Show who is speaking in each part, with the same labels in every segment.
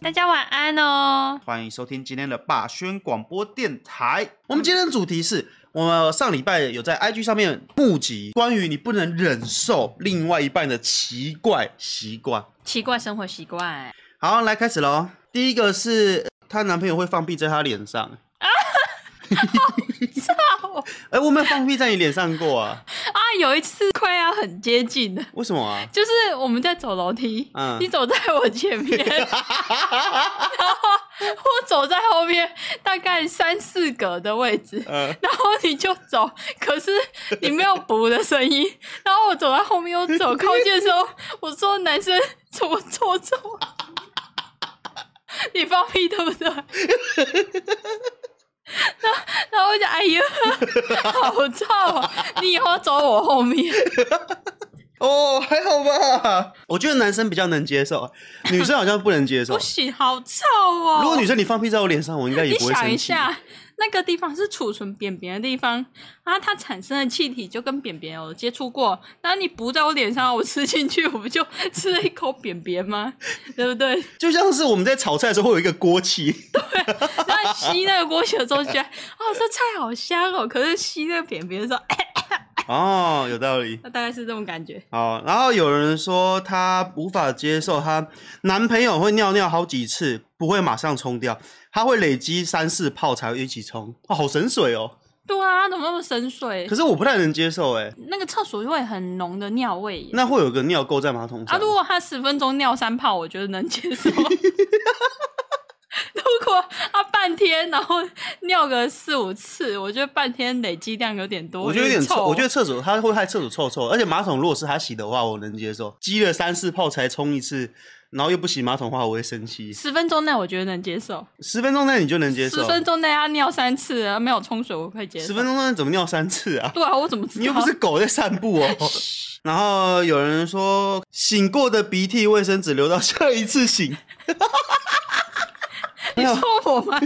Speaker 1: 大家晚安哦。
Speaker 2: 欢迎收听今天的霸轩广播电台。我们今天的主题是我们上礼拜有在 IG 上面募集关于你不能忍受另外一半的奇怪习惯。
Speaker 1: 奇怪生活习惯，
Speaker 2: 好，来开始喽。第一个是她男朋友会放屁在她脸上。
Speaker 1: 操
Speaker 2: 哎、我没有放屁在你脸上过啊？
Speaker 1: 啊！有一次快要很接近了，
Speaker 2: 为什么 啊？
Speaker 1: 就是我们在走楼梯，
Speaker 2: 嗯
Speaker 1: 你走在我前面，然后我走在后面，大概三四格的位置。
Speaker 2: 呃，
Speaker 1: 然后你就走，可是你没有补的声音。然后我走在后面又走靠近的时候，我说：“男生怎么做错？你放屁对不对？” 然后然后我就哎呀，好臭啊！你以后走我后面，
Speaker 2: 哦，还好吧。我觉得男生比较能接受，女生好像不能接受
Speaker 1: 不。行，好臭哦！
Speaker 2: 如果女生你放屁在我脸上，我应该也
Speaker 1: 你
Speaker 2: 不会生
Speaker 1: 想
Speaker 2: 气。
Speaker 1: 一下，那个地方是储存便便的地方，啊，它产生的气体就跟便便有接触过，那你补在我脸上，我吃进去，我不就吃了一口便便吗？ 对不对？
Speaker 2: 就像是我们在炒菜的时候会有一个锅气，
Speaker 1: 然后吸那个锅血之后，觉得哦，这菜好香哦，可是吸那个便便的时候，哎、
Speaker 2: 哦，有道理。
Speaker 1: 那大概是这种感觉。
Speaker 2: 好，然后有人说她无法接受她男朋友会尿尿好几次，不会马上冲掉，她会累积三四泡才会一起冲，哦，好神水哦。
Speaker 1: 对啊，怎么那么深邃
Speaker 2: 可？是我不太能接受哎、
Speaker 1: 那个厕所会很浓的尿味耶。
Speaker 2: 那会有个尿垢在马桶
Speaker 1: 啊，
Speaker 2: 上。
Speaker 1: 如果他十分钟尿三泡，我觉得能接受。 如果他半天，然后尿个四五次，我觉得半天累积量有点多，
Speaker 2: 我觉得有点臭，
Speaker 1: 臭。哦
Speaker 2: 我觉得厕所它会害厕所臭臭，而且马桶如果是他洗的话，我能接受。积了三四泡才冲一次，然后又不洗马桶的话，我会生气。
Speaker 1: 十分钟内我觉得能接受，
Speaker 2: 十分钟内你就能接受？
Speaker 1: 十分钟内他尿三次啊没有冲水，我可以接受。
Speaker 2: 十分钟内怎么尿三次啊？
Speaker 1: 对啊，我怎么知道？
Speaker 2: 你又不是狗在散步哦。 然后有人说，醒过的鼻涕卫生纸留到下一次醒。
Speaker 1: 你说我吗？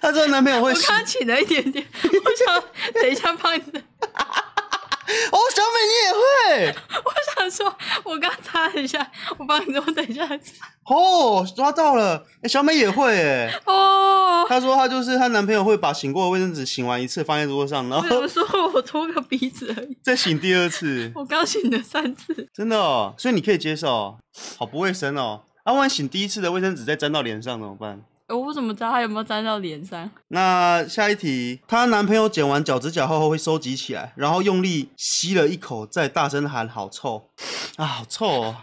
Speaker 2: 她说男朋友
Speaker 1: 我
Speaker 2: 会洗。
Speaker 1: 刚刚起了一点点，我想等一下帮你。
Speaker 2: 哦，小美你也会
Speaker 1: 我想说，我刚擦了一下，我帮你说，等一下擦。
Speaker 2: 哦，抓到了。哎小美也会哎。
Speaker 1: 哦，
Speaker 2: 她说她就是她男朋友会把醒过的卫生纸醒完一次放在桌上，然
Speaker 1: 我
Speaker 2: 后
Speaker 1: 有说我搓个鼻子而已，
Speaker 2: 再醒第二次。
Speaker 1: 我刚醒了三次。
Speaker 2: 真的哦，所以你可以接受哦，好不卫生哦。啊，万一醒第一次的卫生纸再沾到脸上怎么办？
Speaker 1: 呃我怎么知道他有没有沾到脸上？
Speaker 2: 那下一题，她男朋友剪完脚趾甲后会收集起来，然后用力吸了一口，再大声喊“好臭”，啊，好臭哦，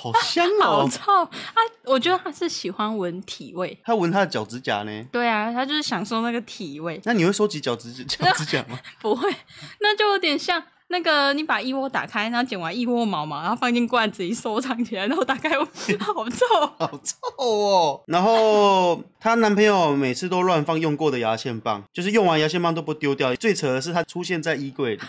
Speaker 2: 好香
Speaker 1: 好
Speaker 2: 哦。
Speaker 1: 臭！他，我觉得他是喜欢闻体味。
Speaker 2: 她闻她的脚趾甲呢？
Speaker 1: 对啊，他就是享受那个体味，
Speaker 2: 那你会收集脚趾脚趾甲吗？
Speaker 1: 不会，那就有点像那个你把腋窝打开，然后剪完腋窝毛嘛，然后放进罐子里收藏起来，然后打开，好臭！
Speaker 2: 好臭哦！然后她男朋友每次都乱放用过的牙线棒，就是用完牙线棒都不丢掉。最扯的是，她出现在衣柜里。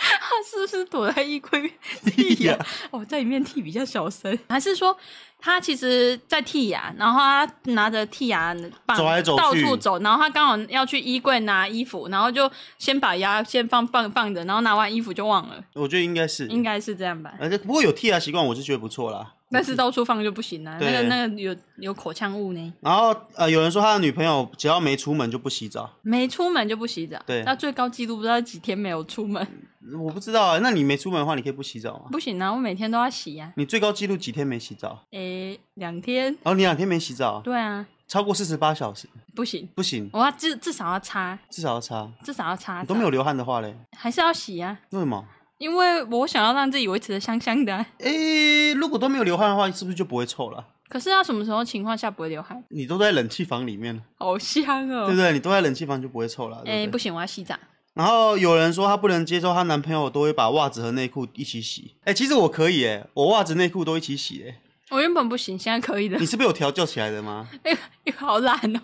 Speaker 1: 他是不是躲在衣 柜剔牙
Speaker 2: 呀？
Speaker 1: 哦，在里面剔比较小声，还是说他其实在剔牙，然后他拿着剔牙棒
Speaker 2: 走来走去
Speaker 1: 到处走，然后他刚好要去衣柜拿衣服，然后就先把牙先放放放着，然后拿完衣服就忘了，
Speaker 2: 我觉得应该是，
Speaker 1: 应该是这样吧。
Speaker 2: 而且不过有剔牙习惯，我是觉得不错啦。
Speaker 1: 但是到处放就不行啊，那
Speaker 2: 对
Speaker 1: 个那个有有口腔雾呢，
Speaker 2: 然后呃，有人说他的女朋友只要没出门就不洗澡，
Speaker 1: 没出门就不洗澡，
Speaker 2: 对
Speaker 1: 那最高纪录不知道几天没有出门，
Speaker 2: 我不知道啊、那你没出门的话，你可以不洗澡吗？
Speaker 1: 不行啊，我每天都要洗呀、
Speaker 2: 你最高纪录几天没洗澡？
Speaker 1: 诶，两天，
Speaker 2: 哦，你两天没洗澡，
Speaker 1: 对啊，
Speaker 2: 超过四十八小时
Speaker 1: 不行，
Speaker 2: 不行，
Speaker 1: 我要至至少要擦，
Speaker 2: 至少要擦。
Speaker 1: 至少要擦
Speaker 2: 你
Speaker 1: 澡，
Speaker 2: 都没有流汗的话嘞，
Speaker 1: 还是要洗啊，
Speaker 2: 为什么？
Speaker 1: 因为我想要让自己维持的香香的啊、
Speaker 2: 诶，如果都没有流汗的话，是不是就不会臭了？
Speaker 1: 可是要什么时候情况下不会流汗？
Speaker 2: 你都在冷气房里面了，
Speaker 1: 好香哦！
Speaker 2: 对不对？你都在冷气房就不会臭了，
Speaker 1: 哎、
Speaker 2: 对不
Speaker 1: 不
Speaker 2: 对？
Speaker 1: 行，我要洗澡。
Speaker 2: 然后有人说她不能接受她男朋友都会把袜子和内裤一起洗，哎，其实我可以哎，我袜子内裤都一起洗哎。
Speaker 1: 我原本不行，现在可以的
Speaker 2: 你。是被我调教起来 的吗？
Speaker 1: 哎呦，哎呦好懒哦！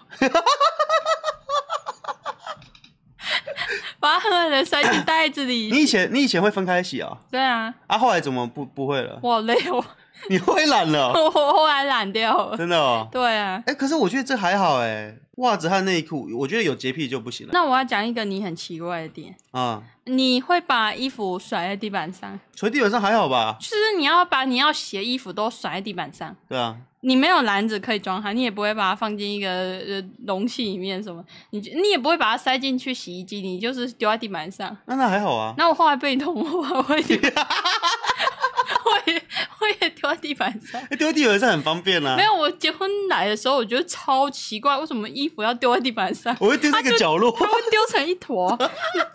Speaker 1: 把它狠狠的塞进袋子里。
Speaker 2: 你以前你以前会分开洗啊、
Speaker 1: 对啊，
Speaker 2: 啊，后来怎么不不会了？
Speaker 1: 我好累哦，
Speaker 2: 你会懒了哦、
Speaker 1: 我后来懒掉了。
Speaker 2: 真的哦。
Speaker 1: 对啊，
Speaker 2: 哎、可是我觉得这还好哎，袜子和内裤，我觉得有洁癖就不行了
Speaker 1: 那我要讲一个你很奇怪的点，
Speaker 2: 啊、
Speaker 1: 你会把衣服甩在地板上，
Speaker 2: 垂地板上还好吧？
Speaker 1: 就是你要把你要洗的衣服都甩在地板上。
Speaker 2: 对啊，
Speaker 1: 你没有篮子可以装它，你也不会把它放进一个呃容器里面什么，你就你也不会把它塞进去洗衣机，你就是丢在地板上。
Speaker 2: 那那还好啊，
Speaker 1: 那我后来被你捅我， 我也我也我也丢在地板上。
Speaker 2: 欸丢地板上很方便啊
Speaker 1: 没。有，我结婚来的时候，我觉得超奇怪，为什么衣服要丢在地板上？
Speaker 2: 我会丢在一个角落，
Speaker 1: 它会丢成一坨，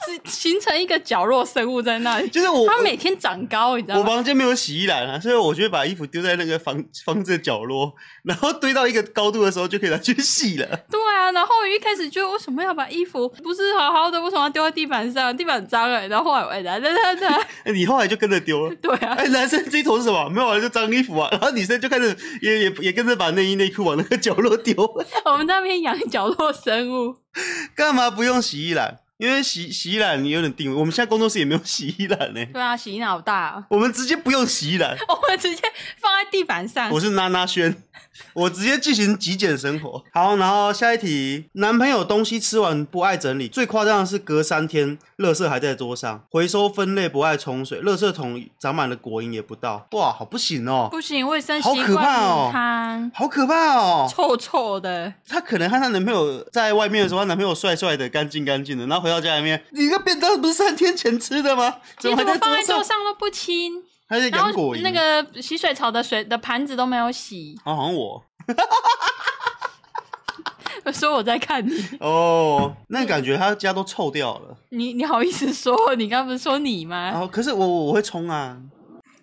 Speaker 1: 只形成一个角落生物在那里。
Speaker 2: 就是我
Speaker 1: 它每天长高，你知道
Speaker 2: 我
Speaker 1: 吗？
Speaker 2: 房间没有洗衣篮啊，所以我就会把衣服丢在那个房房子的角落，然后堆到一个高度的时候就可以拿去洗了。
Speaker 1: 对啊，然后我一开始就为什么要把衣服不是好好的，为什么要丢在地板上？地板脏哎、然后后来我哎，来来来来，
Speaker 2: 欸你后来就跟着 丢了。
Speaker 1: 对啊，
Speaker 2: 哎、男生这一头是什么？没有啊，就脏衣服啊。然后女生就开始也也也跟着把内衣内裤往那个角落丢。
Speaker 1: 我们那边养角落生物，
Speaker 2: 干嘛不用洗衣篮？因为洗洗衣篮有点定位，我们现在工作室也没有洗衣篮呢、
Speaker 1: 对啊，洗脑大啊、
Speaker 2: 我们直接不用洗衣 篮。
Speaker 1: 我们直接放在地板上。
Speaker 2: 我是娜娜轩，我直接进行极简生活。好，然后下一题，男朋友东西吃完不爱整理，最夸张的是隔三天，垃圾还在桌上，回收分类不爱冲水，垃圾桶长满了果蝇也不倒。哇，好不行哦，
Speaker 1: 不行，卫生
Speaker 2: 好
Speaker 1: 习
Speaker 2: 可怕
Speaker 1: 惯
Speaker 2: 哦
Speaker 1: 不堪，
Speaker 2: 好可怕哦。
Speaker 1: 臭臭的。
Speaker 2: 她可能和她男朋友在外面的时候，她男朋友帅帅的、干净干净的，然后回到家里面，你个便当不是三天前吃的吗？怎
Speaker 1: 你
Speaker 2: 么还
Speaker 1: 怎么
Speaker 2: 在
Speaker 1: 放在桌
Speaker 2: 桌上？
Speaker 1: 上都不清？
Speaker 2: 还在
Speaker 1: 然
Speaker 2: 养
Speaker 1: 后
Speaker 2: 果蝇？
Speaker 1: 那个洗水槽的水的盘子都没有洗，
Speaker 2: 哦，好像我
Speaker 1: 说我在看你，
Speaker 2: 哦，那感觉她家都臭掉了。
Speaker 1: 你你好意思说？你刚不是说你吗？
Speaker 2: 然后可是我我我会冲啊，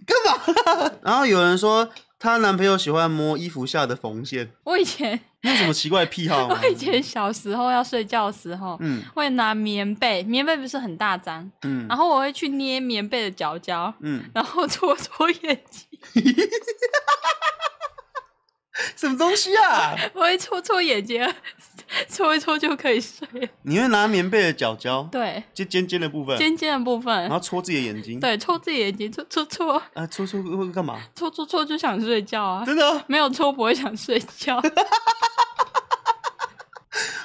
Speaker 2: 干嘛？ 然后有人说她男朋友喜欢摸衣服下的缝线，
Speaker 1: 我以前
Speaker 2: 你有什么奇怪的癖好吗
Speaker 1: 我？以前小时候要睡觉的时候，
Speaker 2: 嗯
Speaker 1: 会拿棉被，棉被不是很大张，
Speaker 2: 嗯
Speaker 1: 然后我会去捏棉被的角角，
Speaker 2: 嗯，
Speaker 1: 然后搓搓眼睛，
Speaker 2: 什么东西啊？
Speaker 1: 我会搓搓眼睛， 搓一搓就可以睡了。
Speaker 2: 你会拿棉被的角角，
Speaker 1: 对，
Speaker 2: 尖尖尖的部分，
Speaker 1: 尖尖的部分
Speaker 2: 然，后戳自己的眼睛，
Speaker 1: 对，搓自己眼睛，搓搓搓
Speaker 2: 啊，戳戳会干嘛？
Speaker 1: 搓搓搓就想睡觉啊，
Speaker 2: 真的哦
Speaker 1: 没有搓不会想睡觉。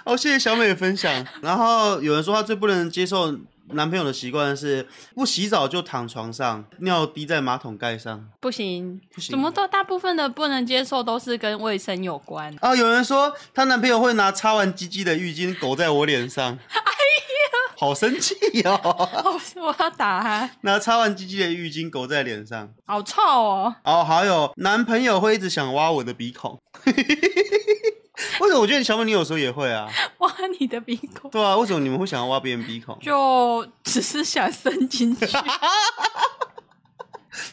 Speaker 2: 哦，谢谢小美的分享。然后有人说她最不能接受男朋友的习惯是不洗澡就躺床上，尿滴在马桶盖上。
Speaker 1: 不行，
Speaker 2: 不行
Speaker 1: 怎么都大部分的不能接受都是跟卫生有关。
Speaker 2: 啊，有人说她男朋友会拿擦完鸡鸡的浴巾狗在我脸上，哎呀，好生气哦！
Speaker 1: 哦， 我要打他，
Speaker 2: 拿擦完鸡鸡的浴巾狗在脸上。
Speaker 1: 好臭哦！
Speaker 2: 哦，还有男朋友会一直想挖我的鼻孔， 为什么？我觉得小美你有时候也会啊，
Speaker 1: 挖你的鼻孔，
Speaker 2: 对啊，为什么你们会想要挖别人鼻孔？
Speaker 1: 就只是想伸进去，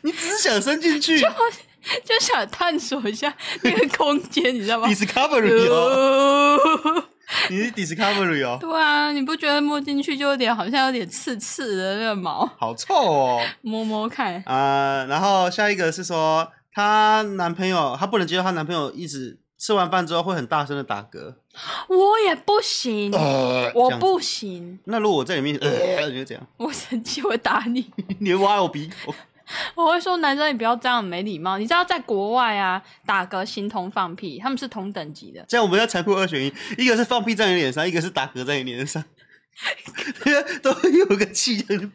Speaker 2: 你只是想伸进去
Speaker 1: 就想探索一下那个空间，你知道吗？
Speaker 2: ，discovery 哦，
Speaker 1: 呃
Speaker 2: 你是 discovery 哦，
Speaker 1: 对啊，你不觉得摸进去就有点好像有点刺刺的那个毛？
Speaker 2: 好臭哦。
Speaker 1: 摸摸看，
Speaker 2: 啊、然后下一个是说她男朋友，她不能接受她男朋友一直吃完饭之后会很大声的打嗝。
Speaker 1: 我也不行，
Speaker 2: 呃
Speaker 1: 我。不行，
Speaker 2: 那如果我在里面，呃，你会怎样？
Speaker 1: 我生气我会打你。
Speaker 2: 你会挖我鼻孔？
Speaker 1: 我会说男生你不要这样没礼貌。你知道在国外啊，打嗝形同放屁，他们是同等级的。
Speaker 2: 这样我们要残酷二选一，一个是放屁在你脸上，一个是打嗝在你脸上， 都会有个气这样。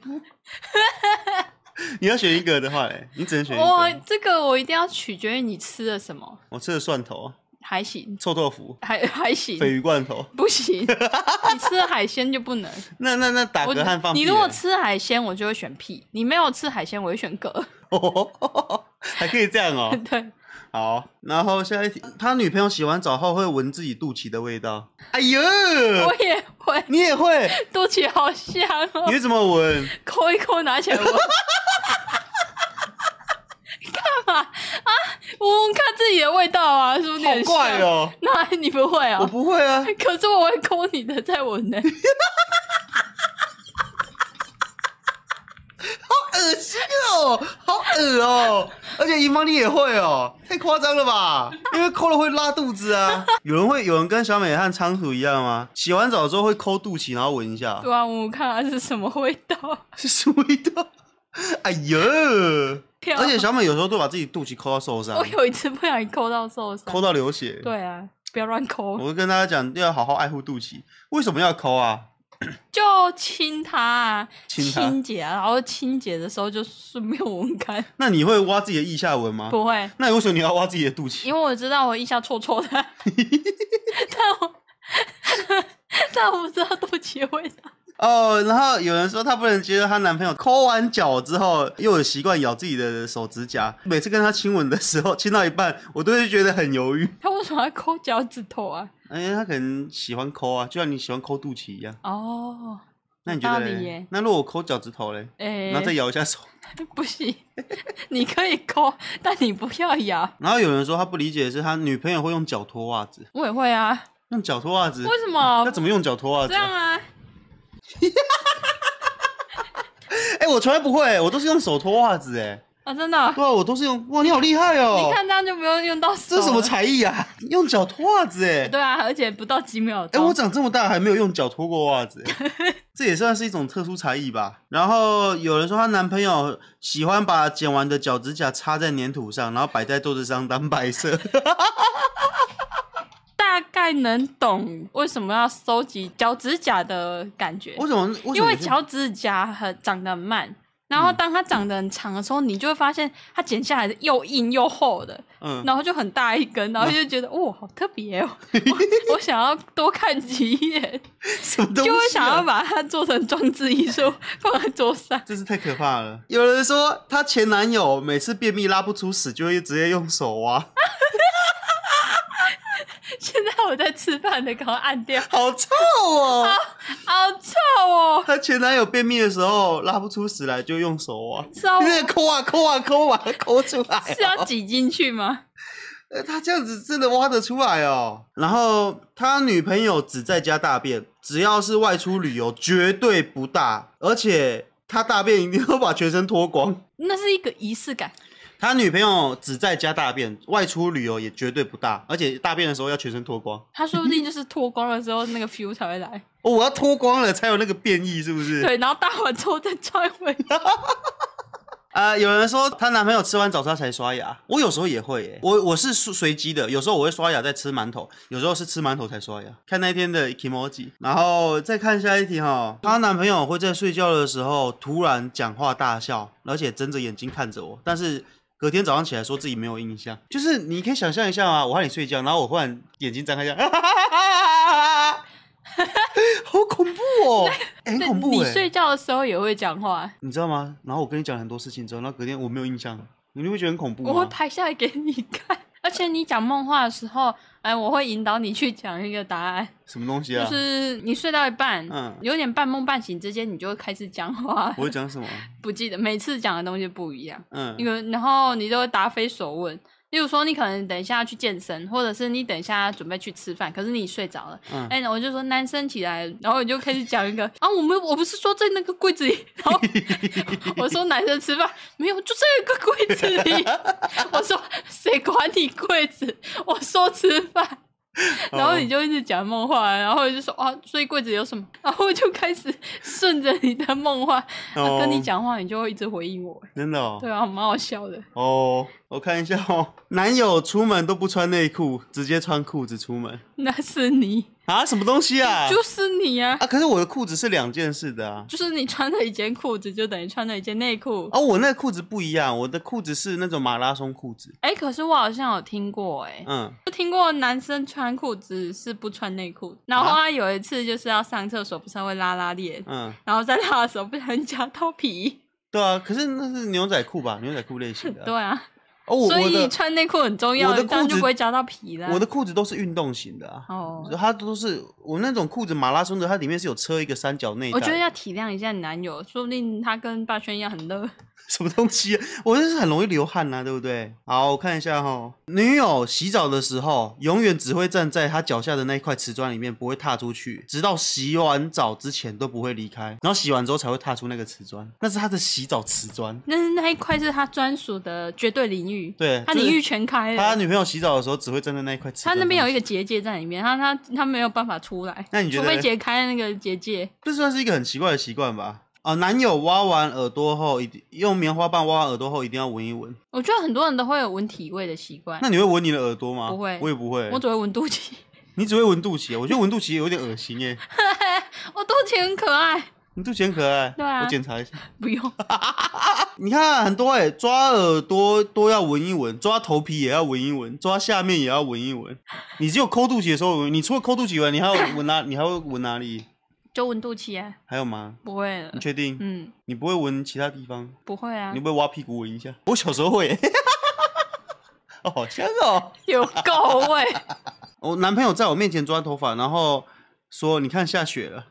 Speaker 2: 你要选一个的话嘞，你只能选一
Speaker 1: 我
Speaker 2: 个。
Speaker 1: 这个我一定要取决于你吃了什么，
Speaker 2: 我吃的蒜头、
Speaker 1: 还行，
Speaker 2: 臭豆腐、
Speaker 1: 还还
Speaker 2: 鲱
Speaker 1: 行，
Speaker 2: 鱼罐头。
Speaker 1: 不 行，你吃了海鲜就不能。
Speaker 2: 那那那打
Speaker 1: 我
Speaker 2: 嗝和放屁嘞，
Speaker 1: 你如果吃海鲜，我就会选屁；你没有吃海鲜，我会选嗝。
Speaker 2: 啊 还可以这样哦。
Speaker 1: 对，
Speaker 2: 好，然后下一题，他女朋友洗完澡后会闻自己肚脐的 味道。哎呦，
Speaker 1: 我也会，
Speaker 2: 你也会？
Speaker 1: 肚脐好香哦
Speaker 2: 你，是怎么 闻？
Speaker 1: 抠一抠拿起 来闻。干嘛啊？闻闻看自己的味道啊，是不是有
Speaker 2: 好
Speaker 1: 点
Speaker 2: 怪
Speaker 1: 像
Speaker 2: 哦、
Speaker 1: 那你不会啊、
Speaker 2: 我不会啊，
Speaker 1: 可是我会抠你的在闻呢、
Speaker 2: 好恶心哦、好恶哦、而且银芳你也会哦、太夸张了吧？因为抠了会拉肚子 啊。有人会有人跟小美和仓鼠一样吗？洗完澡之后会抠肚脐，然后闻一下，
Speaker 1: 对啊，我看它是什么味道。
Speaker 2: 是什么味道？哎 呦！
Speaker 1: 天啊
Speaker 2: 而且小美有时候都把自己肚脐抠到受伤
Speaker 1: 我，有一次不小心抠到受伤
Speaker 2: 抠。到流血。
Speaker 1: 对啊，不要乱抠。
Speaker 2: 我就跟大家讲，要好好爱护肚脐。为什么要抠啊？
Speaker 1: 就亲它啊，
Speaker 2: 亲它
Speaker 1: 清洁啊，然后清洁的时候就是没有闻干，
Speaker 2: 那你会挖自己的腋下纹吗？
Speaker 1: 不会，
Speaker 2: 那你为什么你要挖自己的肚脐？
Speaker 1: 因为我知道我腋下臭 臭的，但我 但我不知道肚脐味道。
Speaker 2: 哦，然后有人说她不能接受她男朋友抠完脚之后，又有习惯咬自己的手指甲，每次跟他亲吻的时候，亲到一半，我都会觉得很犹豫。
Speaker 1: 他为什么要抠脚趾头啊？
Speaker 2: 哎，他可能喜欢抠啊，就像你喜欢抠肚脐一样。
Speaker 1: 哦，
Speaker 2: 那你觉得
Speaker 1: 有道理
Speaker 2: 嘞
Speaker 1: 耶？
Speaker 2: 那如果我抠脚趾头嘞，
Speaker 1: 哎、
Speaker 2: 然后再咬一下手，
Speaker 1: 不行，你可以抠，但你不要咬。
Speaker 2: 然后有人说他不理解的是，他女朋友会用脚脱袜子，
Speaker 1: 我也会啊，
Speaker 2: 用脚脱袜子
Speaker 1: 为，什么
Speaker 2: 那？怎么用脚脱袜
Speaker 1: 这
Speaker 2: 子
Speaker 1: 样
Speaker 2: 啊？
Speaker 1: 啊？
Speaker 2: 哎，我从来不会，我都是用手脱袜子，哎，
Speaker 1: 啊，真的啊、
Speaker 2: 对啊，我都是用，哇，你好厉害哦！
Speaker 1: 你看这样就不用用到手
Speaker 2: 这
Speaker 1: 了。
Speaker 2: 是什么才艺啊？ 用脚脱袜 子，哎，
Speaker 1: 对啊，而且不到几秒
Speaker 2: 哎、
Speaker 1: 钟。
Speaker 2: 我长这么大还没有用脚脱过 袜子、欸这也算是一种特殊才艺吧。然后有人说她男朋友喜欢把剪完的脚趾甲插在粘土上，然后摆在桌子上当摆设。
Speaker 1: 大概能懂为什么要收集脚趾甲的感觉，
Speaker 2: 为什么？为什
Speaker 1: 因
Speaker 2: 么
Speaker 1: 为
Speaker 2: 是
Speaker 1: 脚趾甲很长得很慢，然后当它长得很长的时候，你就会发现它剪下来是又硬又厚的，
Speaker 2: 嗯，
Speaker 1: 然后就很大一根，然后就觉得哦，好特别 哦，我我想要多看几眼，
Speaker 2: 什么 东西、啊？
Speaker 1: 就会想要把它做成装置艺术放在桌上。
Speaker 2: 真是太可怕了。有人说她前男友每次便秘拉不出屎，就会直接用手挖，
Speaker 1: 现在我在吃饭的，赶快按 掉，
Speaker 2: 好臭 哦！
Speaker 1: 好臭哦！
Speaker 2: 她前男友便秘的时候拉不出屎来，就用手挖，
Speaker 1: 知道
Speaker 2: 你在抠啊抠啊抠啊，把它抠出来、哦。
Speaker 1: 哦是要挤进去吗？
Speaker 2: 呃，他这样子真的挖得出来哦。然后他女朋友只在家大便，只要是外出旅游绝对不大，而且他大便一定要把全身脱光。
Speaker 1: 那是一个仪式感。
Speaker 2: 他女朋友只在家大便，外出旅游也绝对不大，而且大便的时候要全身脱光。
Speaker 1: 他说不定就是脱光了之后那个 feel 才会来，
Speaker 2: 哦，我要脱光了才有那个便意，是不是？。
Speaker 1: 对，然后大完之后再穿回去。
Speaker 2: 呃，有人说她男朋友吃完早餐才刷牙，我有时候也会、耶。我我是随随机的，有时候我会刷牙再吃馒头，有时候是吃馒头才刷牙，看那一天的 emoji，然后再看下一题哈，她男朋友会在睡觉的时候突然讲话大笑，而且睁着眼睛看着我，但是。隔天早上起来说自己没有印象，就是你可以想象一下啊，我和你睡觉，然后我忽然眼睛张开一下，好恐怖哦， 欸很恐怖
Speaker 1: 你
Speaker 2: 哎、
Speaker 1: 睡觉的时候也会讲话，欸
Speaker 2: 你知道吗？然后我跟你讲很多事情之后，然后隔天我没有印象，你会觉得很恐怖啊
Speaker 1: 我会
Speaker 2: 吗？
Speaker 1: 拍下来给你看。而且你讲梦话的时候，哎，我会引导你去讲一个答案，
Speaker 2: 什么东西
Speaker 1: 就
Speaker 2: 啊？
Speaker 1: 是你睡到一半，
Speaker 2: 嗯
Speaker 1: 有点半梦半醒之间，你就会开始讲话，
Speaker 2: 我会讲什么？
Speaker 1: 不记得每次讲的东西不一样，
Speaker 2: 嗯
Speaker 1: 因，为然后你就会答非所问。例如说，你可能等一下去健身，或者是你等一下准备去吃饭，可是你睡着了，
Speaker 2: 嗯
Speaker 1: 哎、我就说男生起来，然后你就开始讲一个啊，我们我不是说在那个柜子里，然 后我说男生吃饭没有，就在一个柜子里， 我说谁管你柜子，我说吃饭。
Speaker 2: 哦
Speaker 1: 然后你就一直讲梦话，然后我就说啊，所以柜子有什么？然后我就开始顺着你的梦话、啊、跟你
Speaker 2: 哦，
Speaker 1: 讲话，你就会一直回应我。
Speaker 2: 真的哦，
Speaker 1: 对啊，蛮好笑的。
Speaker 2: 哦，我看一下哦， 男友出门都不穿内裤，直接穿裤子出门
Speaker 1: 那是你，
Speaker 2: 啊？什么东西啊？
Speaker 1: 就是你啊，
Speaker 2: 啊，可是我的裤子是两件事的啊。
Speaker 1: 就是你穿了一件裤子，就等于穿了一件内裤。
Speaker 2: 哦，我那个裤子不一样，我的裤子是那种马拉松裤子。
Speaker 1: 哎、可是我好像有听过、哎、
Speaker 2: 嗯，
Speaker 1: 就听过男生穿裤子是不穿内裤，然
Speaker 2: 啊
Speaker 1: 后他有一次就是要上厕所，不是会拉拉链，
Speaker 2: 嗯，
Speaker 1: 然后在拉的时候不小心夹到皮，
Speaker 2: 对啊，可是那是牛仔裤吧？牛仔裤类型的啊。
Speaker 1: 对啊，
Speaker 2: 哦，我
Speaker 1: 所
Speaker 2: 我
Speaker 1: 以
Speaker 2: 的
Speaker 1: 穿内裤很重要，
Speaker 2: 我的
Speaker 1: 这样
Speaker 2: 裤子
Speaker 1: 就不会夹到皮啊啦。
Speaker 2: 我的裤子都是运动型的啊。
Speaker 1: 哦，
Speaker 2: 它都是我那种裤子马拉松的，它里面是有车一个三角内
Speaker 1: 我觉得
Speaker 2: 袋，
Speaker 1: 要体谅一下你男友，说不定他跟霸轩一样很热。
Speaker 2: 什么东西、啊？我就是很容易流汗呐、啊，对不对？好，我看一下哈，女友洗澡的时候，永远只会站在她脚下的那一块瓷砖里面，不会踏出去，直到洗完澡之前都不会离开，然后洗完之后才会踏出那个瓷砖，那是她的洗澡瓷砖。
Speaker 1: 但是那一块是他专属的绝对领域，
Speaker 2: 对，
Speaker 1: 他
Speaker 2: 就是
Speaker 1: 领域全开
Speaker 2: 他
Speaker 1: 了。
Speaker 2: 女朋友洗澡的时候只会站在那一块瓷
Speaker 1: 他
Speaker 2: 砖，
Speaker 1: 那边有一个结界在里面，他他他没有办法出来，
Speaker 2: 那你觉
Speaker 1: 除
Speaker 2: 得
Speaker 1: 非
Speaker 2: 嘞
Speaker 1: 解开那个结界。
Speaker 2: 这算是一个很奇怪的习惯吧？啊，男友挖完耳朵后，一定用棉花棒挖完耳朵后，一定要闻一闻。
Speaker 1: 我觉得很多人都会有闻体味的习惯，
Speaker 2: 那你会闻你的耳朵吗？
Speaker 1: 不会
Speaker 2: 我也不会。
Speaker 1: 我只会闻肚脐。
Speaker 2: 啊你只会闻肚脐，我觉得闻肚脐有点恶心耶。
Speaker 1: 我肚脐很可爱，
Speaker 2: 你肚脐很可爱，
Speaker 1: 对啊
Speaker 2: 我检查一下。
Speaker 1: 不用，
Speaker 2: 你看很多哎、抓耳朵都要闻一闻，抓头皮也要闻一闻，抓下面也要闻一闻。你只有抠肚脐的时候闻，你除了抠肚脐以外，你还要闻哪？你还会闻哪里？
Speaker 1: 就闻肚脐啊，
Speaker 2: 还有吗？
Speaker 1: 不会了
Speaker 2: 你。确定？
Speaker 1: 嗯，
Speaker 2: 你不会闻其他地方？
Speaker 1: 不会啊
Speaker 2: 你会，不会挖屁股闻一下？我小时候会、欸， 哦，好香哦！
Speaker 1: 有够味。
Speaker 2: 我男朋友在我面前抓头发，然后说：“你看下雪了。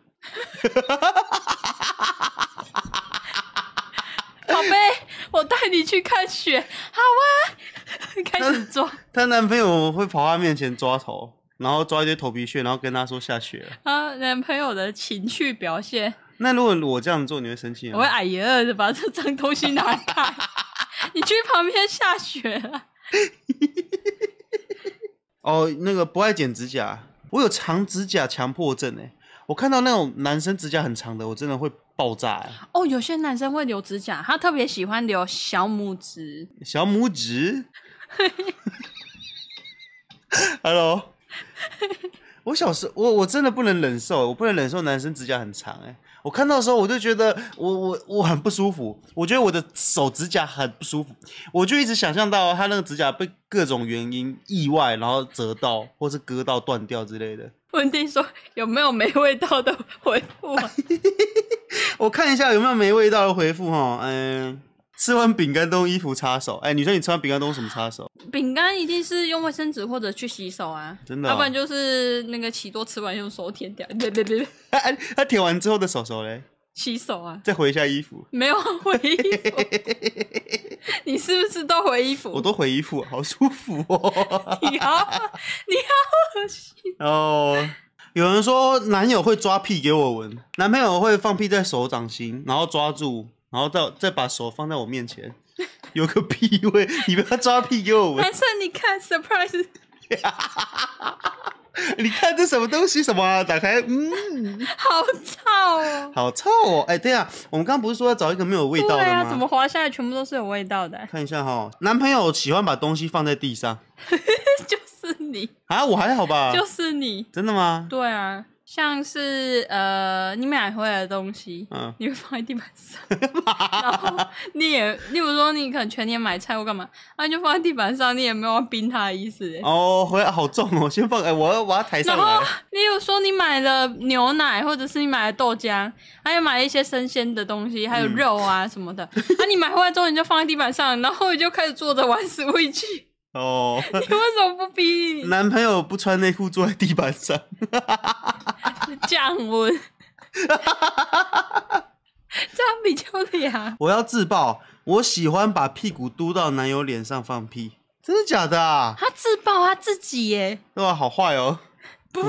Speaker 1: 宝贝，我带你去看雪，好啊！ 开始抓，”
Speaker 2: 她男朋友会跑她面前抓头，然后抓一堆头皮屑，然后跟她说下雪了。
Speaker 1: 啊，男朋友的情绪表现，
Speaker 2: 那如果我这样做，你会生气
Speaker 1: 我会
Speaker 2: 吗？
Speaker 1: 哎呀，把这脏东西拿开， 你去旁边下雪了，
Speaker 2: 哦，那个不爱剪指甲，我有长指甲强迫症哎、我看到那种男生指甲很长的，我真的会爆炸、欸。
Speaker 1: 哦，有些男生会留指甲，他特别喜欢留小拇指。
Speaker 2: 小拇指。Hello，我小时我我真的不能忍受，我不能忍受男生指甲很长哎、我看到的时候我就觉得我我我很不舒服，我觉得我的手指甲很不舒服，我就一直想象到他那个指甲被各种原因意外然后折到或是割到断掉之类的。
Speaker 1: 问弟说有没有没味道的回复啊？
Speaker 2: 我看一下有没有没味道的回复哈，嗯，吃完饼干都用衣服擦手，哎、女生你吃完饼干都用什么擦手？
Speaker 1: 饼干一定是用卫生纸或者去洗手啊，
Speaker 2: 真的哦
Speaker 1: 要不然就是那个奇多吃完用手舔掉， 别别别别，
Speaker 2: 哎、哎，他舔完之后的手手嘞？
Speaker 1: 洗手啊。
Speaker 2: 再回一下衣服，
Speaker 1: 没有回衣 服，你是不是都回衣服？
Speaker 2: 我都回衣服，好舒服哦。
Speaker 1: 你啊好，你好恶心。
Speaker 2: 哦，有人说男友会抓屁给我闻，男朋友会放屁在手掌心，然后抓住，然后再再把手放在我面前，有个屁味，你不要抓屁 给我闻。
Speaker 1: 男生，你看，surprise，
Speaker 2: 你看这什么东西？什么、啊？打开，嗯，
Speaker 1: 好臭哦！
Speaker 2: 好臭哦。哎、对啊，我们刚刚不是说要找一个没有味道
Speaker 1: 对
Speaker 2: 的
Speaker 1: 啊，
Speaker 2: 吗？
Speaker 1: 怎么滑下来全部都是有味道的？啊
Speaker 2: 看一下哈、男朋友喜欢把东西放在地上
Speaker 1: 就是你，
Speaker 2: 啊，我还好吧？
Speaker 1: 就是你。
Speaker 2: 真的吗？
Speaker 1: 对啊，像是呃，你买回来的东西，
Speaker 2: 嗯，
Speaker 1: 你会放在地板上， 然后你也，例如说你可能全年买菜或干嘛，那、啊、你就放在地板上，你也没有要冰它的意思欸。
Speaker 2: 哦，回来好重哦，先放，哎、我要把它抬上
Speaker 1: 然
Speaker 2: 来
Speaker 1: 后。，例如说你买了牛奶，或者是你买了豆浆，还有买了一些生鲜的东西，还有肉啊什么的。那、你买回来之后，你就放在地板上，然后你就开始坐着玩 Switch。
Speaker 2: 哦，
Speaker 1: 你为什么不逼
Speaker 2: 男朋友不穿内裤坐在地板上，
Speaker 1: 降温？ 这样比较凉。
Speaker 2: 我要自爆。我喜欢把屁股嘟到男友脸上放屁，真的假的啊？
Speaker 1: 他自爆他自己耶，
Speaker 2: 对吧？好坏哦。不，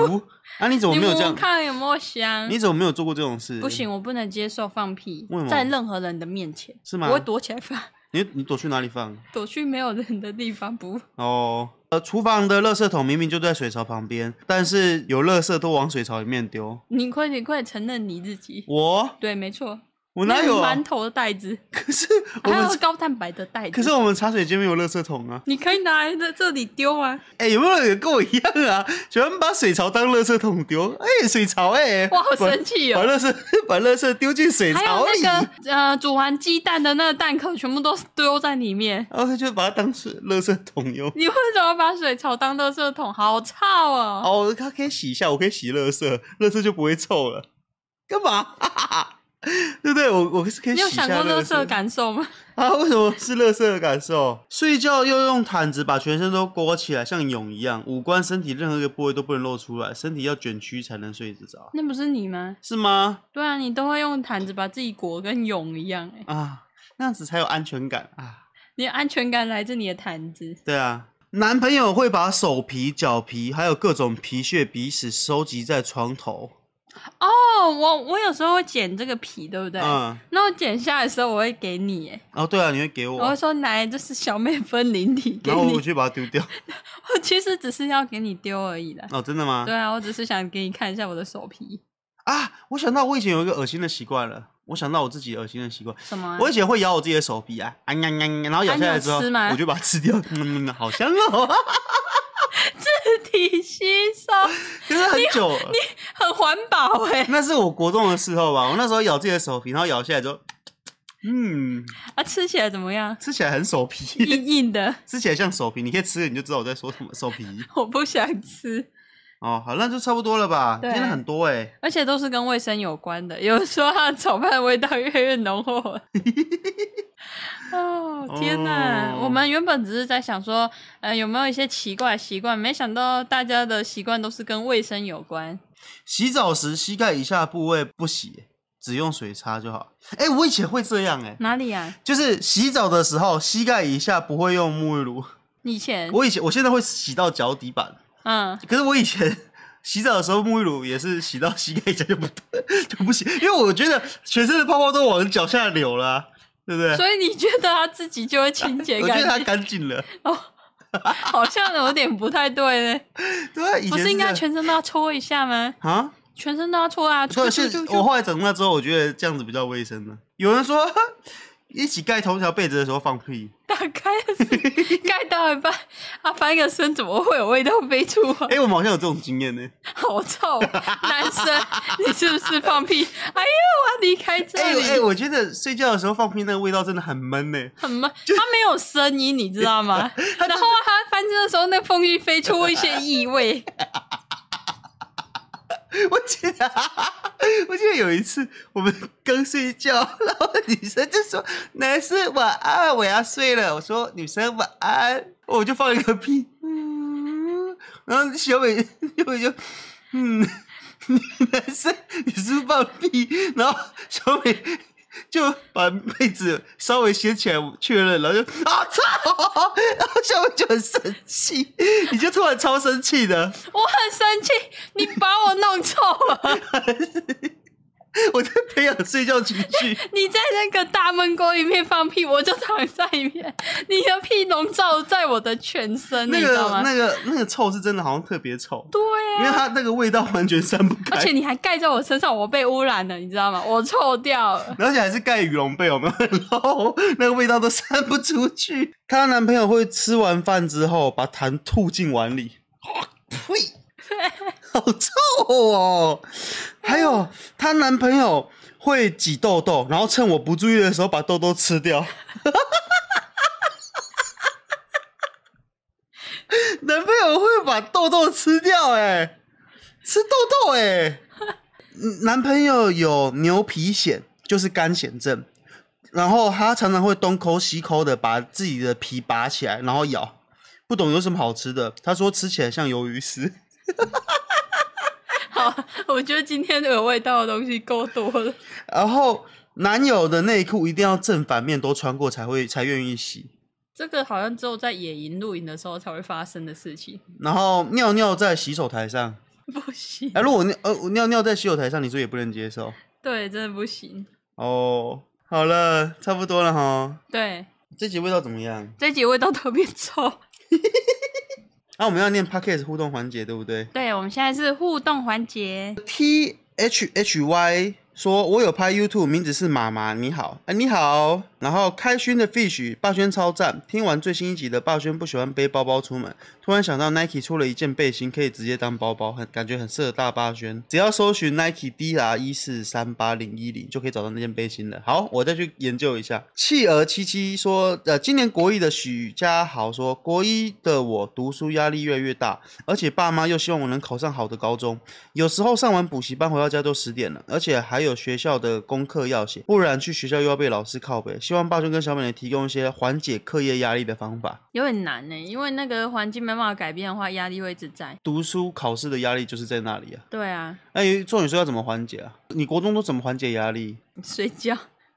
Speaker 2: 啊，你怎么
Speaker 1: 你
Speaker 2: 没有
Speaker 1: 闻
Speaker 2: 这样
Speaker 1: 闻？看有没有香
Speaker 2: 你？怎么没有做过这种事？
Speaker 1: 不，行，我不能接受放屁
Speaker 2: 为什么，
Speaker 1: 在任何人的面前，
Speaker 2: 是吗
Speaker 1: 我会躲起来放，
Speaker 2: 你你躲去哪里放？
Speaker 1: 躲去没有人的地方不。
Speaker 2: 哦，呃，厨房的垃圾桶明明就在水槽旁边，但是有垃圾都往水槽里面丢。
Speaker 1: 你快点，快点承认你自己。
Speaker 2: 我
Speaker 1: 对，没错，
Speaker 2: 我哪有、啊
Speaker 1: 馒？头的袋子，
Speaker 2: 可是我
Speaker 1: 还有
Speaker 2: 们
Speaker 1: 高蛋白的袋子。
Speaker 2: 可是我们茶水间没有垃圾桶啊。
Speaker 1: 你可以拿来在这里丢啊！
Speaker 2: 哎、有没有人跟我一样啊？喜欢把水槽当垃圾桶丢？哎、水槽哎、
Speaker 1: 哇，好
Speaker 2: 把
Speaker 1: 生气
Speaker 2: 把
Speaker 1: 哦！
Speaker 2: 垃圾把垃圾丢进水
Speaker 1: 还
Speaker 2: 槽
Speaker 1: 有
Speaker 2: 里，
Speaker 1: 那个呃，煮完鸡蛋的那个蛋壳，全部都丢在里面。
Speaker 2: 然后他就把它当水垃圾桶用。
Speaker 1: 你为什么把水槽当垃圾桶？好臭哦！
Speaker 2: 哦，它可以洗一下，我可以洗垃圾，垃圾就不会臭了。干嘛？ 对不对？我我是可以
Speaker 1: 你有
Speaker 2: 洗一下
Speaker 1: 想过
Speaker 2: 垃
Speaker 1: 垃圾的感受吗？
Speaker 2: 啊？为什么是垃圾的感受？睡觉又用毯子把全身都裹起来，像蛹一样，五官、身体任何一个部位都不能露出来，身体要卷曲才能睡得着，
Speaker 1: 那不是你吗？
Speaker 2: 是吗？
Speaker 1: 对啊，你都会用毯子把自己裹得跟蛹一样、欸，
Speaker 2: 啊，那样子才有安全感啊。
Speaker 1: 你的安全感来自你的毯子。
Speaker 2: 对啊，男朋友会把手皮、脚皮还有各种皮屑、鼻屎收集在床头。
Speaker 1: 哦，我我有时候会剪这个皮，对不对？
Speaker 2: 嗯，
Speaker 1: 那我剪下来的时候，我会给你、欸，
Speaker 2: 哦，对啊，你会给我，
Speaker 1: 我会说来，这是小妹分灵体给
Speaker 2: 然后
Speaker 1: 你
Speaker 2: 我，去把它丢掉。
Speaker 1: 我其实只是要给你丢而已啦。
Speaker 2: 哦，真的吗
Speaker 1: 对？啊，我只是想给你看一下我的手皮，
Speaker 2: 啊，我想到我以前有一个恶心的习惯了，我想到我自己恶心的习惯。
Speaker 1: 什么、啊？
Speaker 2: 我以前会咬我自己的手臂啊，啊呀呀呀，然后咬下来之后嗯
Speaker 1: 啊你有吃，吗
Speaker 2: 我就把它吃掉，嗯，好香哦！
Speaker 1: 体体吸收，
Speaker 2: 可是很久了，
Speaker 1: 很环保哎、
Speaker 2: 那是我国中的时候吧。我那时候咬自己的手皮，然后咬下来就，嗯，
Speaker 1: 啊，吃起来怎么样？
Speaker 2: 吃起来很手皮，
Speaker 1: 硬硬的，
Speaker 2: 吃起来像手皮。你可以吃了，你就知道我在说什么手皮。
Speaker 1: 我不想吃，
Speaker 2: 哦，好，那就差不多了吧。
Speaker 1: 对
Speaker 2: 今天很多哎、
Speaker 1: 而且都是跟卫生有关的。有人说它的炒饭的味道越来越浓厚了。哦天哪！
Speaker 2: 哦
Speaker 1: 我们原本只是在想说，呃，有没有一些奇怪的习惯？没想到大家的习惯都是跟卫生有关。
Speaker 2: 洗澡时膝盖以下部位不洗，只用水擦就好。哎、我以前会这样哎、
Speaker 1: 哪里啊？
Speaker 2: 就是洗澡的时候膝盖以下不会用沐浴露。
Speaker 1: 以前，
Speaker 2: 我以前我现在会洗到脚底板，
Speaker 1: 嗯，
Speaker 2: 可是我以前 洗澡的时候沐浴乳也是洗到膝盖以下就不 就不洗，因为我觉得全身的泡泡都往脚下流了啊、对不对？
Speaker 1: 所以你觉得它自己就会清洁
Speaker 2: 我觉得
Speaker 1: 干
Speaker 2: 它
Speaker 1: 净？
Speaker 2: 干净了。
Speaker 1: 好像有点不太对呢。
Speaker 2: 对 啊，以
Speaker 1: 不
Speaker 2: 前
Speaker 1: 是应该
Speaker 2: 这样
Speaker 1: 全身都要搓一下吗？
Speaker 2: 啊？
Speaker 1: 全身都要搓 啊！
Speaker 2: 所
Speaker 1: 搓
Speaker 2: 以
Speaker 1: 搓
Speaker 2: 现
Speaker 1: 搓
Speaker 2: 我
Speaker 1: 搓。
Speaker 2: 后来长大之后，我觉得这样子比较卫生呢。啊有人说 一起盖同一条被子的时候放屁，
Speaker 1: 打开的 是盖到一半，啊，翻个身怎么会有味道飞出来？
Speaker 2: 哎、我们好像有这种经验呢、
Speaker 1: 好臭！男生，你是不是放 屁？哎呦，我要离开这
Speaker 2: 哎、
Speaker 1: 里，
Speaker 2: 哎、我觉得睡觉的时候放屁那个味道真的很闷呢、
Speaker 1: 很闷。他没有声音，你知道 吗？然后啊他翻身的时候，那风一飞出一些异 味。
Speaker 2: 我记得，啊我记得有一次我们刚睡觉，然后女生就说：“男生晚安，我要睡了。”我说：“女生晚安。”我就放了一个屁，嗯，然后小美小美就，嗯，男生你是不是放屁？然后小美就把被子稍微掀起来确认，然后就啊操！然后小美就很生气，你就突然超生气的。
Speaker 1: 我很生气，你把我弄臭了。
Speaker 2: 我在培养睡觉情绪。
Speaker 1: 你在那个大闷锅里面放屁，我就躺在里面，你的屁笼罩在我的全身，
Speaker 2: 那
Speaker 1: 你知
Speaker 2: 个
Speaker 1: 道吗？
Speaker 2: 那个那个臭是真的，好像特别臭，
Speaker 1: 对
Speaker 2: 因为
Speaker 1: 呀、啊，
Speaker 2: 它那个味道完全散不开，
Speaker 1: 而且你还盖在我身上，我被污染了，你知道吗？我臭掉了。
Speaker 2: 而且还是盖羽绒被，有没有？ 然后那个味道都散不出去。她男朋友会吃完饭之后把痰吐进碗里，哦呸，好臭哦！还有她男朋友会挤痘痘，然后趁我不注意的时候把痘痘吃掉。 男朋友会把痘痘吃掉、哎，吃痘痘、哎。嗯男朋友有牛皮癣，就是干癣症，然后他常常会东抠西抠的把自己的皮拔起来，然后咬，不懂有什么好吃的。他说吃起来像鱿鱼丝。
Speaker 1: 好，我觉得今天有味道的东西够多了。
Speaker 2: 然后男友的内裤一定要正反面都穿过才会才愿意洗。
Speaker 1: 这个好像只有在野营露营的时候才会发生的事情，
Speaker 2: 然后尿尿在洗手台上，
Speaker 1: 不行
Speaker 2: 哎、，如果尿呃我尿尿在洗手台上，你说也不能接受
Speaker 1: 对，真的不行。
Speaker 2: 哦。好了，差不多了哈。
Speaker 1: 对，
Speaker 2: 这集味道怎么样？
Speaker 1: 这集味道特别臭。
Speaker 2: 啊，我们要念 podcast 互动环节，对不对？
Speaker 1: 对，我们现在是互动环节。
Speaker 2: T H H Y 说：“我有拍 YouTube，名字是妈妈，你好，啊、你好。”然后开轩的 Fish 霸轩超赞，听完最新一集的霸轩不喜欢背包包出门，突然想到 Nike 出了一件背心，可以直接当包包，很感觉很适合大霸轩。只要搜寻 Nike D R 一四三八零一零就可以找到那件背心了。好，我再去研究一下。企鹅七七说：“呃，今年国一的许家豪说，国一的我读书压力越来越大，而且爸妈又希望我能考上好的高中。”有时候上完补习班回到家都十点了，而且还有学校的功课要写，不然去学校又要被老师靠背。希望霸兄跟小美能提供一些缓解课业压力的方法。
Speaker 1: 有点难呢，因为那个环境没办法改变的话，压力会一直在。
Speaker 2: 读书考试的压力就是在那里啊。
Speaker 1: 对啊，
Speaker 2: 哎，重点是要怎么缓解啊？你国中都怎么缓解压力？
Speaker 1: 睡觉，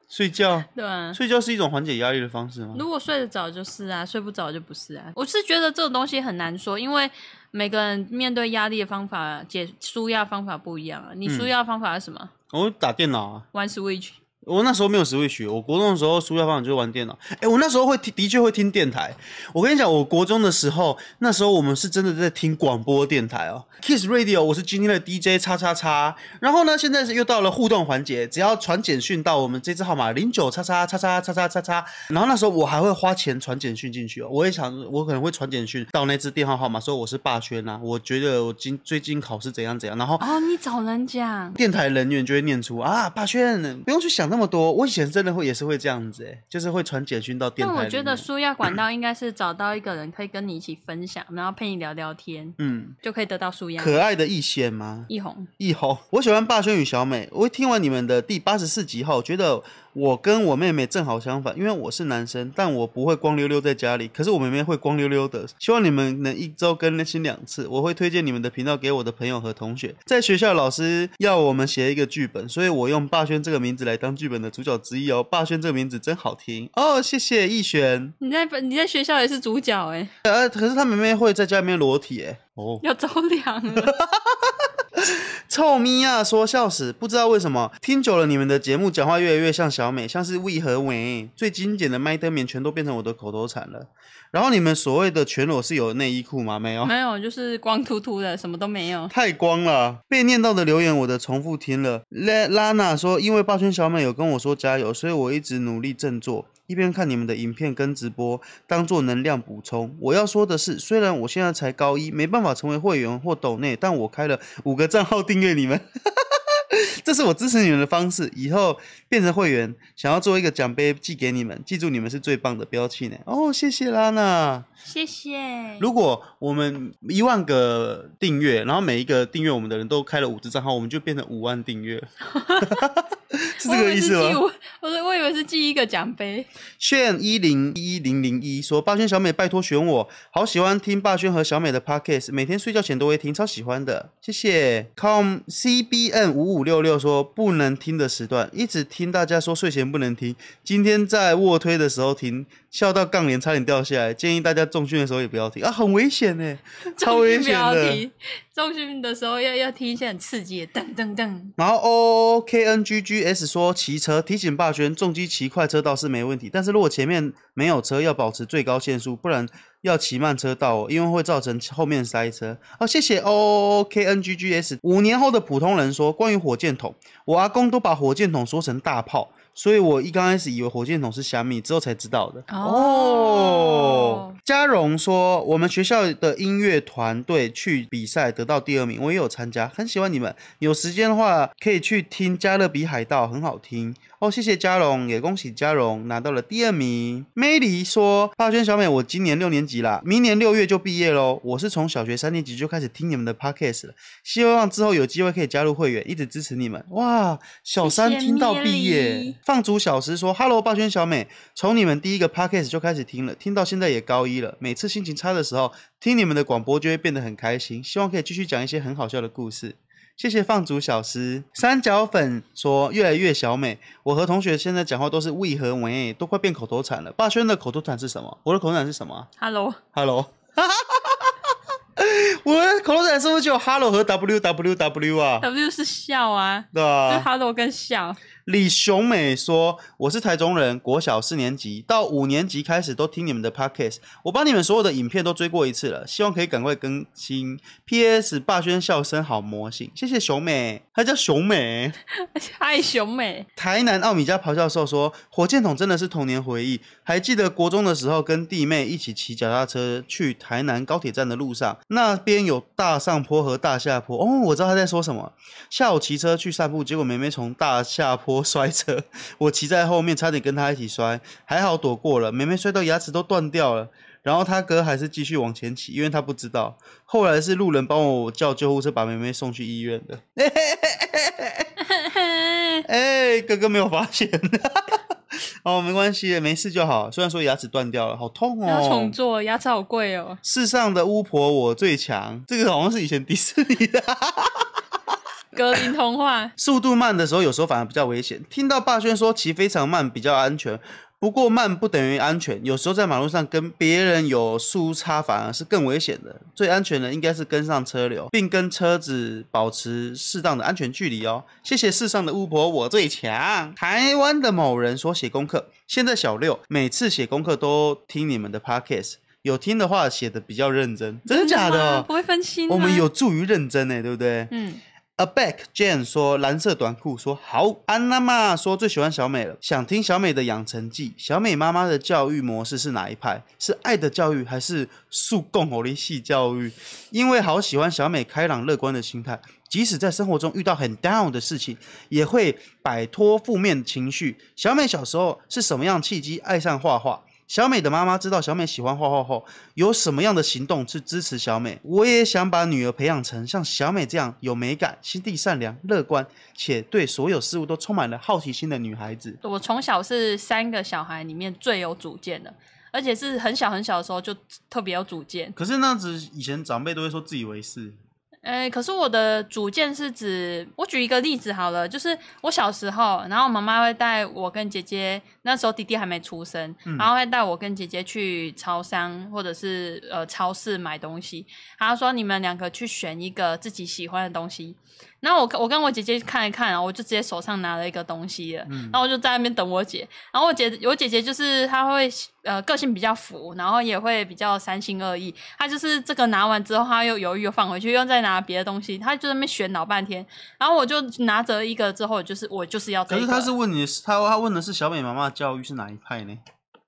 Speaker 2: 睡觉，
Speaker 1: 对啊。
Speaker 2: 睡觉是一种缓解压力的方式吗？
Speaker 1: 如果睡得着就是啊，睡不着就不是啊。我是觉得这种东西很难说，因为每个人面对压力的方法、解舒压方法不一样啊。你舒压方法是什么？
Speaker 2: 我打电脑啊，
Speaker 1: 玩 Switch，
Speaker 2: 我那时候没有 Switch，我国中的时候暑假放学就玩电脑。哎、我那时候会听，的确会听电台。我跟你讲，我国中的时候，那时候我们是真的在听广播电台哦，Kiss Radio，我是今天的 DJ 叉叉叉。然后呢，现在是又到了互动环节，只要传简讯到我们这支号码零九叉叉叉叉叉叉叉叉。然后那时候我还会花钱传简讯进去哦，我也想，我可能会传简讯到那支电话号码，说我是霸轩啊，我觉得我今最近考试怎样怎样，然后
Speaker 1: 哦，你找人讲，
Speaker 2: 电台人员就会念出啊，霸轩，不用去想那么多。我以前真的会也是会这样子、欸，就是会传简讯到电
Speaker 1: 但
Speaker 2: 台。
Speaker 1: 我觉得，输压管道应该是找到一个人可以跟你一起分享，然后陪你聊聊天，
Speaker 2: 嗯，
Speaker 1: 就可以得到舒压。
Speaker 2: 可爱的易仙吗？
Speaker 1: 一红，
Speaker 2: 易红， 我喜欢霸轩与小美。我听完你们的第八十四集后，觉得我跟我妹妹正好相反，因为我是男生，但我不会光溜溜在家里，可是我妹妹会光溜溜的。希望你们能一周更新两次。我会推荐你们的频道给我的朋友和同学。在学校，老师要我们写一个剧本，所以我用霸轩这个名字来当剧本的主角之一哦。霸轩这个名字真好听哦，谢谢易璇。
Speaker 1: 你在你在学校也是主角哎、
Speaker 2: 呃，可是他妹妹会在家里面裸体诶。哦，
Speaker 1: 要着凉 了。
Speaker 2: 臭咪呀、说笑死，不知道为什么听久了你们的节目，讲话越来越像小美，像是为何为最精简的麦登棉全都变成我的口头禅了。然后你们所谓的全裸是有内衣裤吗？没有，
Speaker 1: 没有，就是光秃秃的，什么都没有。
Speaker 2: 太光了。被念到的留言我的重复听了。拉拉娜说，因为霸圈小美有跟我说加油，所以我一直努力振作。一边看你们的影片跟直播，当做能量补充。我要说的是，虽然我现在才高一，没办法成为会员或抖内，但我开了五个账号订阅你们。 这是我支持你们的方式。以后变成会员，想要做一个奖杯寄给你们，记住你们是最棒的标气呢。哦，谢谢拉娜。
Speaker 1: 谢谢。
Speaker 2: 如果我们一万个订阅，然后每一个订阅我们的人都开了五只账号，我们就变成五万订阅，是这
Speaker 1: 我以
Speaker 2: 个
Speaker 1: 为
Speaker 2: 意思
Speaker 1: 是寄
Speaker 2: 吗？
Speaker 1: 我我说我以为是寄一个奖杯，
Speaker 2: 炫一零一零零一说：“霸轩小美，拜托选我，好喜欢听霸轩和小美的 podcast，每天睡觉前都会听，超喜欢的，谢谢。” com c b n 五五六六说：“不能听的时段，一直听大家说睡前不能听，今天在卧推的时候听，笑到杠铃差点掉下来，建议大家重训的时候也不要听啊，很危险呢， 超危
Speaker 1: 重训不
Speaker 2: 险
Speaker 1: 要
Speaker 2: 的。”
Speaker 1: 提。重训的时候要要听一些很刺激的，噔噔噔。
Speaker 2: 然后 O K N G G S 说骑车提醒霸轩，重机骑快车道是没问题，但是如果前面没有车，要保持最高限速，不然要骑慢车道、哦，因为会造成后面塞车。哦，谢谢 O K N G G S。五年后的普通人说，关于火箭筒，我阿公都把火箭筒说成大炮，所以我一刚开始以为火箭筒是虾米，之后才知道的。
Speaker 1: 哦
Speaker 2: 哦，嘉荣说，我们学校的音乐团队去比赛得到第二名，我也有参加，很喜欢你们。有时间的话可以去听《加勒比海盗》，很好听哦。谢谢嘉荣，也恭喜嘉荣拿到了第二名。May 丽说：“霸轩小美，我今年六年级啦，明年六月就毕业喽。我是从小学三年级就开始听你们的 podcast 了，希望之后有机会可以加入会员，一直支持你们。哇，小三
Speaker 1: 谢谢
Speaker 2: 听到
Speaker 1: May
Speaker 2: 毕业
Speaker 1: 丽。
Speaker 2: 放逐小时说：“Hello，霸轩小美，从你们第一个 podcast 就开始听了，听到现在也高一了。每次心情差的时候，听你们的广播就会变得很开心。希望可以继续讲一些很好笑的故事。”谢谢放逐小诗。三角粉说越来越小美，我和同学现在讲话都是为和为，都快变口头禅了。霸轩的口头禅是什么？我的口头禅是什么啊
Speaker 1: Hello，
Speaker 2: ？Hello，我的口头禅是不是只有 Hello 和 W W W 啊？
Speaker 1: W 是笑啊，
Speaker 2: 对啊，
Speaker 1: 就 Hello 跟笑。
Speaker 2: 李雄美说：“我是台中人，国小四年级到五年级开始都听你们的 podcast，我把你们所有的影片都追过一次了，希望可以赶快更新。P.S. 霸轩笑声好魔性，谢谢熊美，她叫熊美。
Speaker 1: 爱熊 美，
Speaker 2: 台南奥米加咆哮兽说：“火箭筒真的是童年回忆，还记得国中的时候跟弟妹一起骑脚踏车去台南高铁站的路上，那边有大上坡和大下坡。哦，我知道他在说什么。下午骑车去散步，结果妹妹从大下坡摔车， 我骑在后面差点跟她一起摔，还好躲过了。妹妹摔到牙齿都断掉了。”然后她哥还是继续往前骑，因为他不知道。后来是路人帮我叫救护车，把妹妹送去医院的。哎、哥哥没有发现。 哦，没关系，没事就好。虽然说牙齿断掉了，好痛
Speaker 1: 要重
Speaker 2: 哦。
Speaker 1: 做，牙齿好贵哦。
Speaker 2: 世上的巫婆我最强，这个好像是以前迪士尼的。
Speaker 1: 格林童话
Speaker 2: 速度慢的时候，有时候反而比较危险。听到霸轩说骑非常慢比较安全，不过慢不等于安全，有时候在马路上跟别人有速差反而是更危险的。最安全的应该是跟上车流，并跟车子保持适当的安全距离哦。谢谢世上的巫婆，我最强。台湾的某人说写功课，现在小六每次写功课都听你们的 podcast，有听的话写的比较认真， 真的
Speaker 1: 吗
Speaker 2: 假的？
Speaker 1: 不会啊分心吗。
Speaker 2: 我们有助于认真欸呢，对不对？
Speaker 1: 嗯，
Speaker 2: Aback Jane 说蓝色短裤说好，安娜玛说最喜欢小美了，想听小美的养成记。小美妈妈的教育模式是哪一派？是爱的教育还是素共偶的系教育？因为好喜欢小美开朗乐观的心态，即使在生活中遇到很 down 的事情，也会摆脱负面情绪。小美小时候是什么样契机爱上画画？小美的妈妈知道小美喜欢画画后，有什么样的行动去支持小美？我也想把女儿培养成像小美这样有美感、心地善良、乐观，且对所有事物都充满了好奇心的女孩子。
Speaker 1: 我从小是三个小孩里面最有主见的，而且是很小很小的时候就特别有主见。
Speaker 2: 可是那样子，以前长辈都会说自以为是，
Speaker 1: 呃，可是我的主见是指，我举一个例子好了，就是我小时候，然后妈妈会带我跟姐姐，那时候弟弟还没出生，
Speaker 2: 嗯
Speaker 1: 然后会带我跟姐姐去超商或者是呃超市买东西，然后说你们两个去选一个自己喜欢的东西。然后我跟我跟我姐姐看一看，啊然后我就直接手上拿了一个东西了，
Speaker 2: 嗯
Speaker 1: 然后我就在那边等我姐。然后我姐我姐姐就是她会呃个性比较浮，然后也会比较三心二意。她就是这个拿完之后，她又犹豫又放回去，又再拿别的东西，她就在那边选老半天。然后我就拿着一个之后，我就是我就是要这
Speaker 2: 可
Speaker 1: 一
Speaker 2: 是
Speaker 1: 个。
Speaker 2: 他是问你，他他问的是小美妈妈的教育是哪一派呢？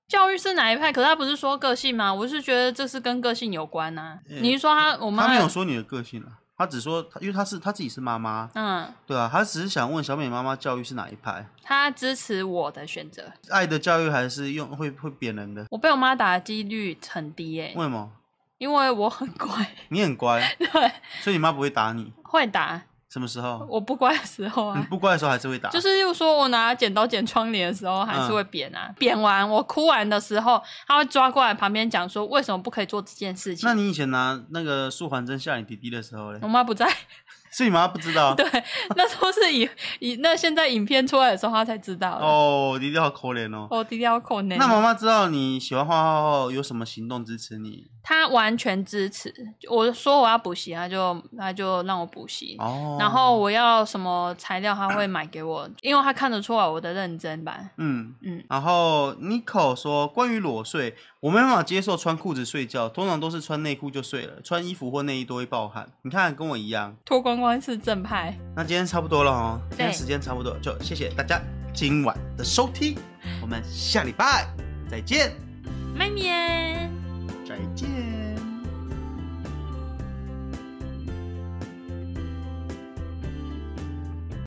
Speaker 1: 教育是哪一派？可是她不是说个性吗？我是觉得这是跟个性有关呐、
Speaker 2: 嗯
Speaker 1: 你是说她我妈
Speaker 2: 他没有说你的个性啊，他只说他，因为他是他自己是妈妈，
Speaker 1: 嗯，
Speaker 2: 对啊，他只是想问小美妈妈教育是哪一派，
Speaker 1: 她支持我的选择。
Speaker 2: 爱的教育还是用会会贬人的？
Speaker 1: 我被我妈打的几率很低耶、
Speaker 2: 为什么？
Speaker 1: 因为我很乖，
Speaker 2: 你很乖，
Speaker 1: 对，
Speaker 2: 所以你妈不会打你。
Speaker 1: 会打。
Speaker 2: 什么时候？
Speaker 1: 我不乖的时候
Speaker 2: 你
Speaker 1: 啊，
Speaker 2: 嗯不乖的时候还是会打，
Speaker 1: 就是又说我拿剪刀剪窗帘的时候，还
Speaker 2: 嗯
Speaker 1: 是会扁啊。扁完我哭完的时候，他会抓过来旁边讲说为什么不可以做这件事情
Speaker 2: 那。你以前拿那个素环针吓你弟弟的时候嘞
Speaker 1: 我，妈不在，
Speaker 2: 是你妈不知道
Speaker 1: 哦对，那都是以以那现在影片出来的时候，她才知道的。
Speaker 2: 哦，弟弟好可怜哦。
Speaker 1: 我弟弟要扣呢，
Speaker 2: 那妈妈知道你喜欢画画后有什么行动支持你？
Speaker 1: 她完全支持。我说我要补习，她就她就让我补习。
Speaker 2: 哦，
Speaker 1: 然后我要什么材料，她会买给我，因为她看得出来我的认真吧。
Speaker 2: 嗯
Speaker 1: 嗯
Speaker 2: 然后 Nico 说，关于裸睡，我没办法接受穿裤子睡觉，通常都是穿内裤就睡了，穿衣服或内衣都会暴汗。你看跟我一样。
Speaker 1: 脱光光是正派。
Speaker 2: 那今天差不多了哦，今天
Speaker 1: 对
Speaker 2: 时间差不多了，就谢谢大家今晚的收听，我们下礼拜再见，
Speaker 1: 妹妹。
Speaker 2: 再见。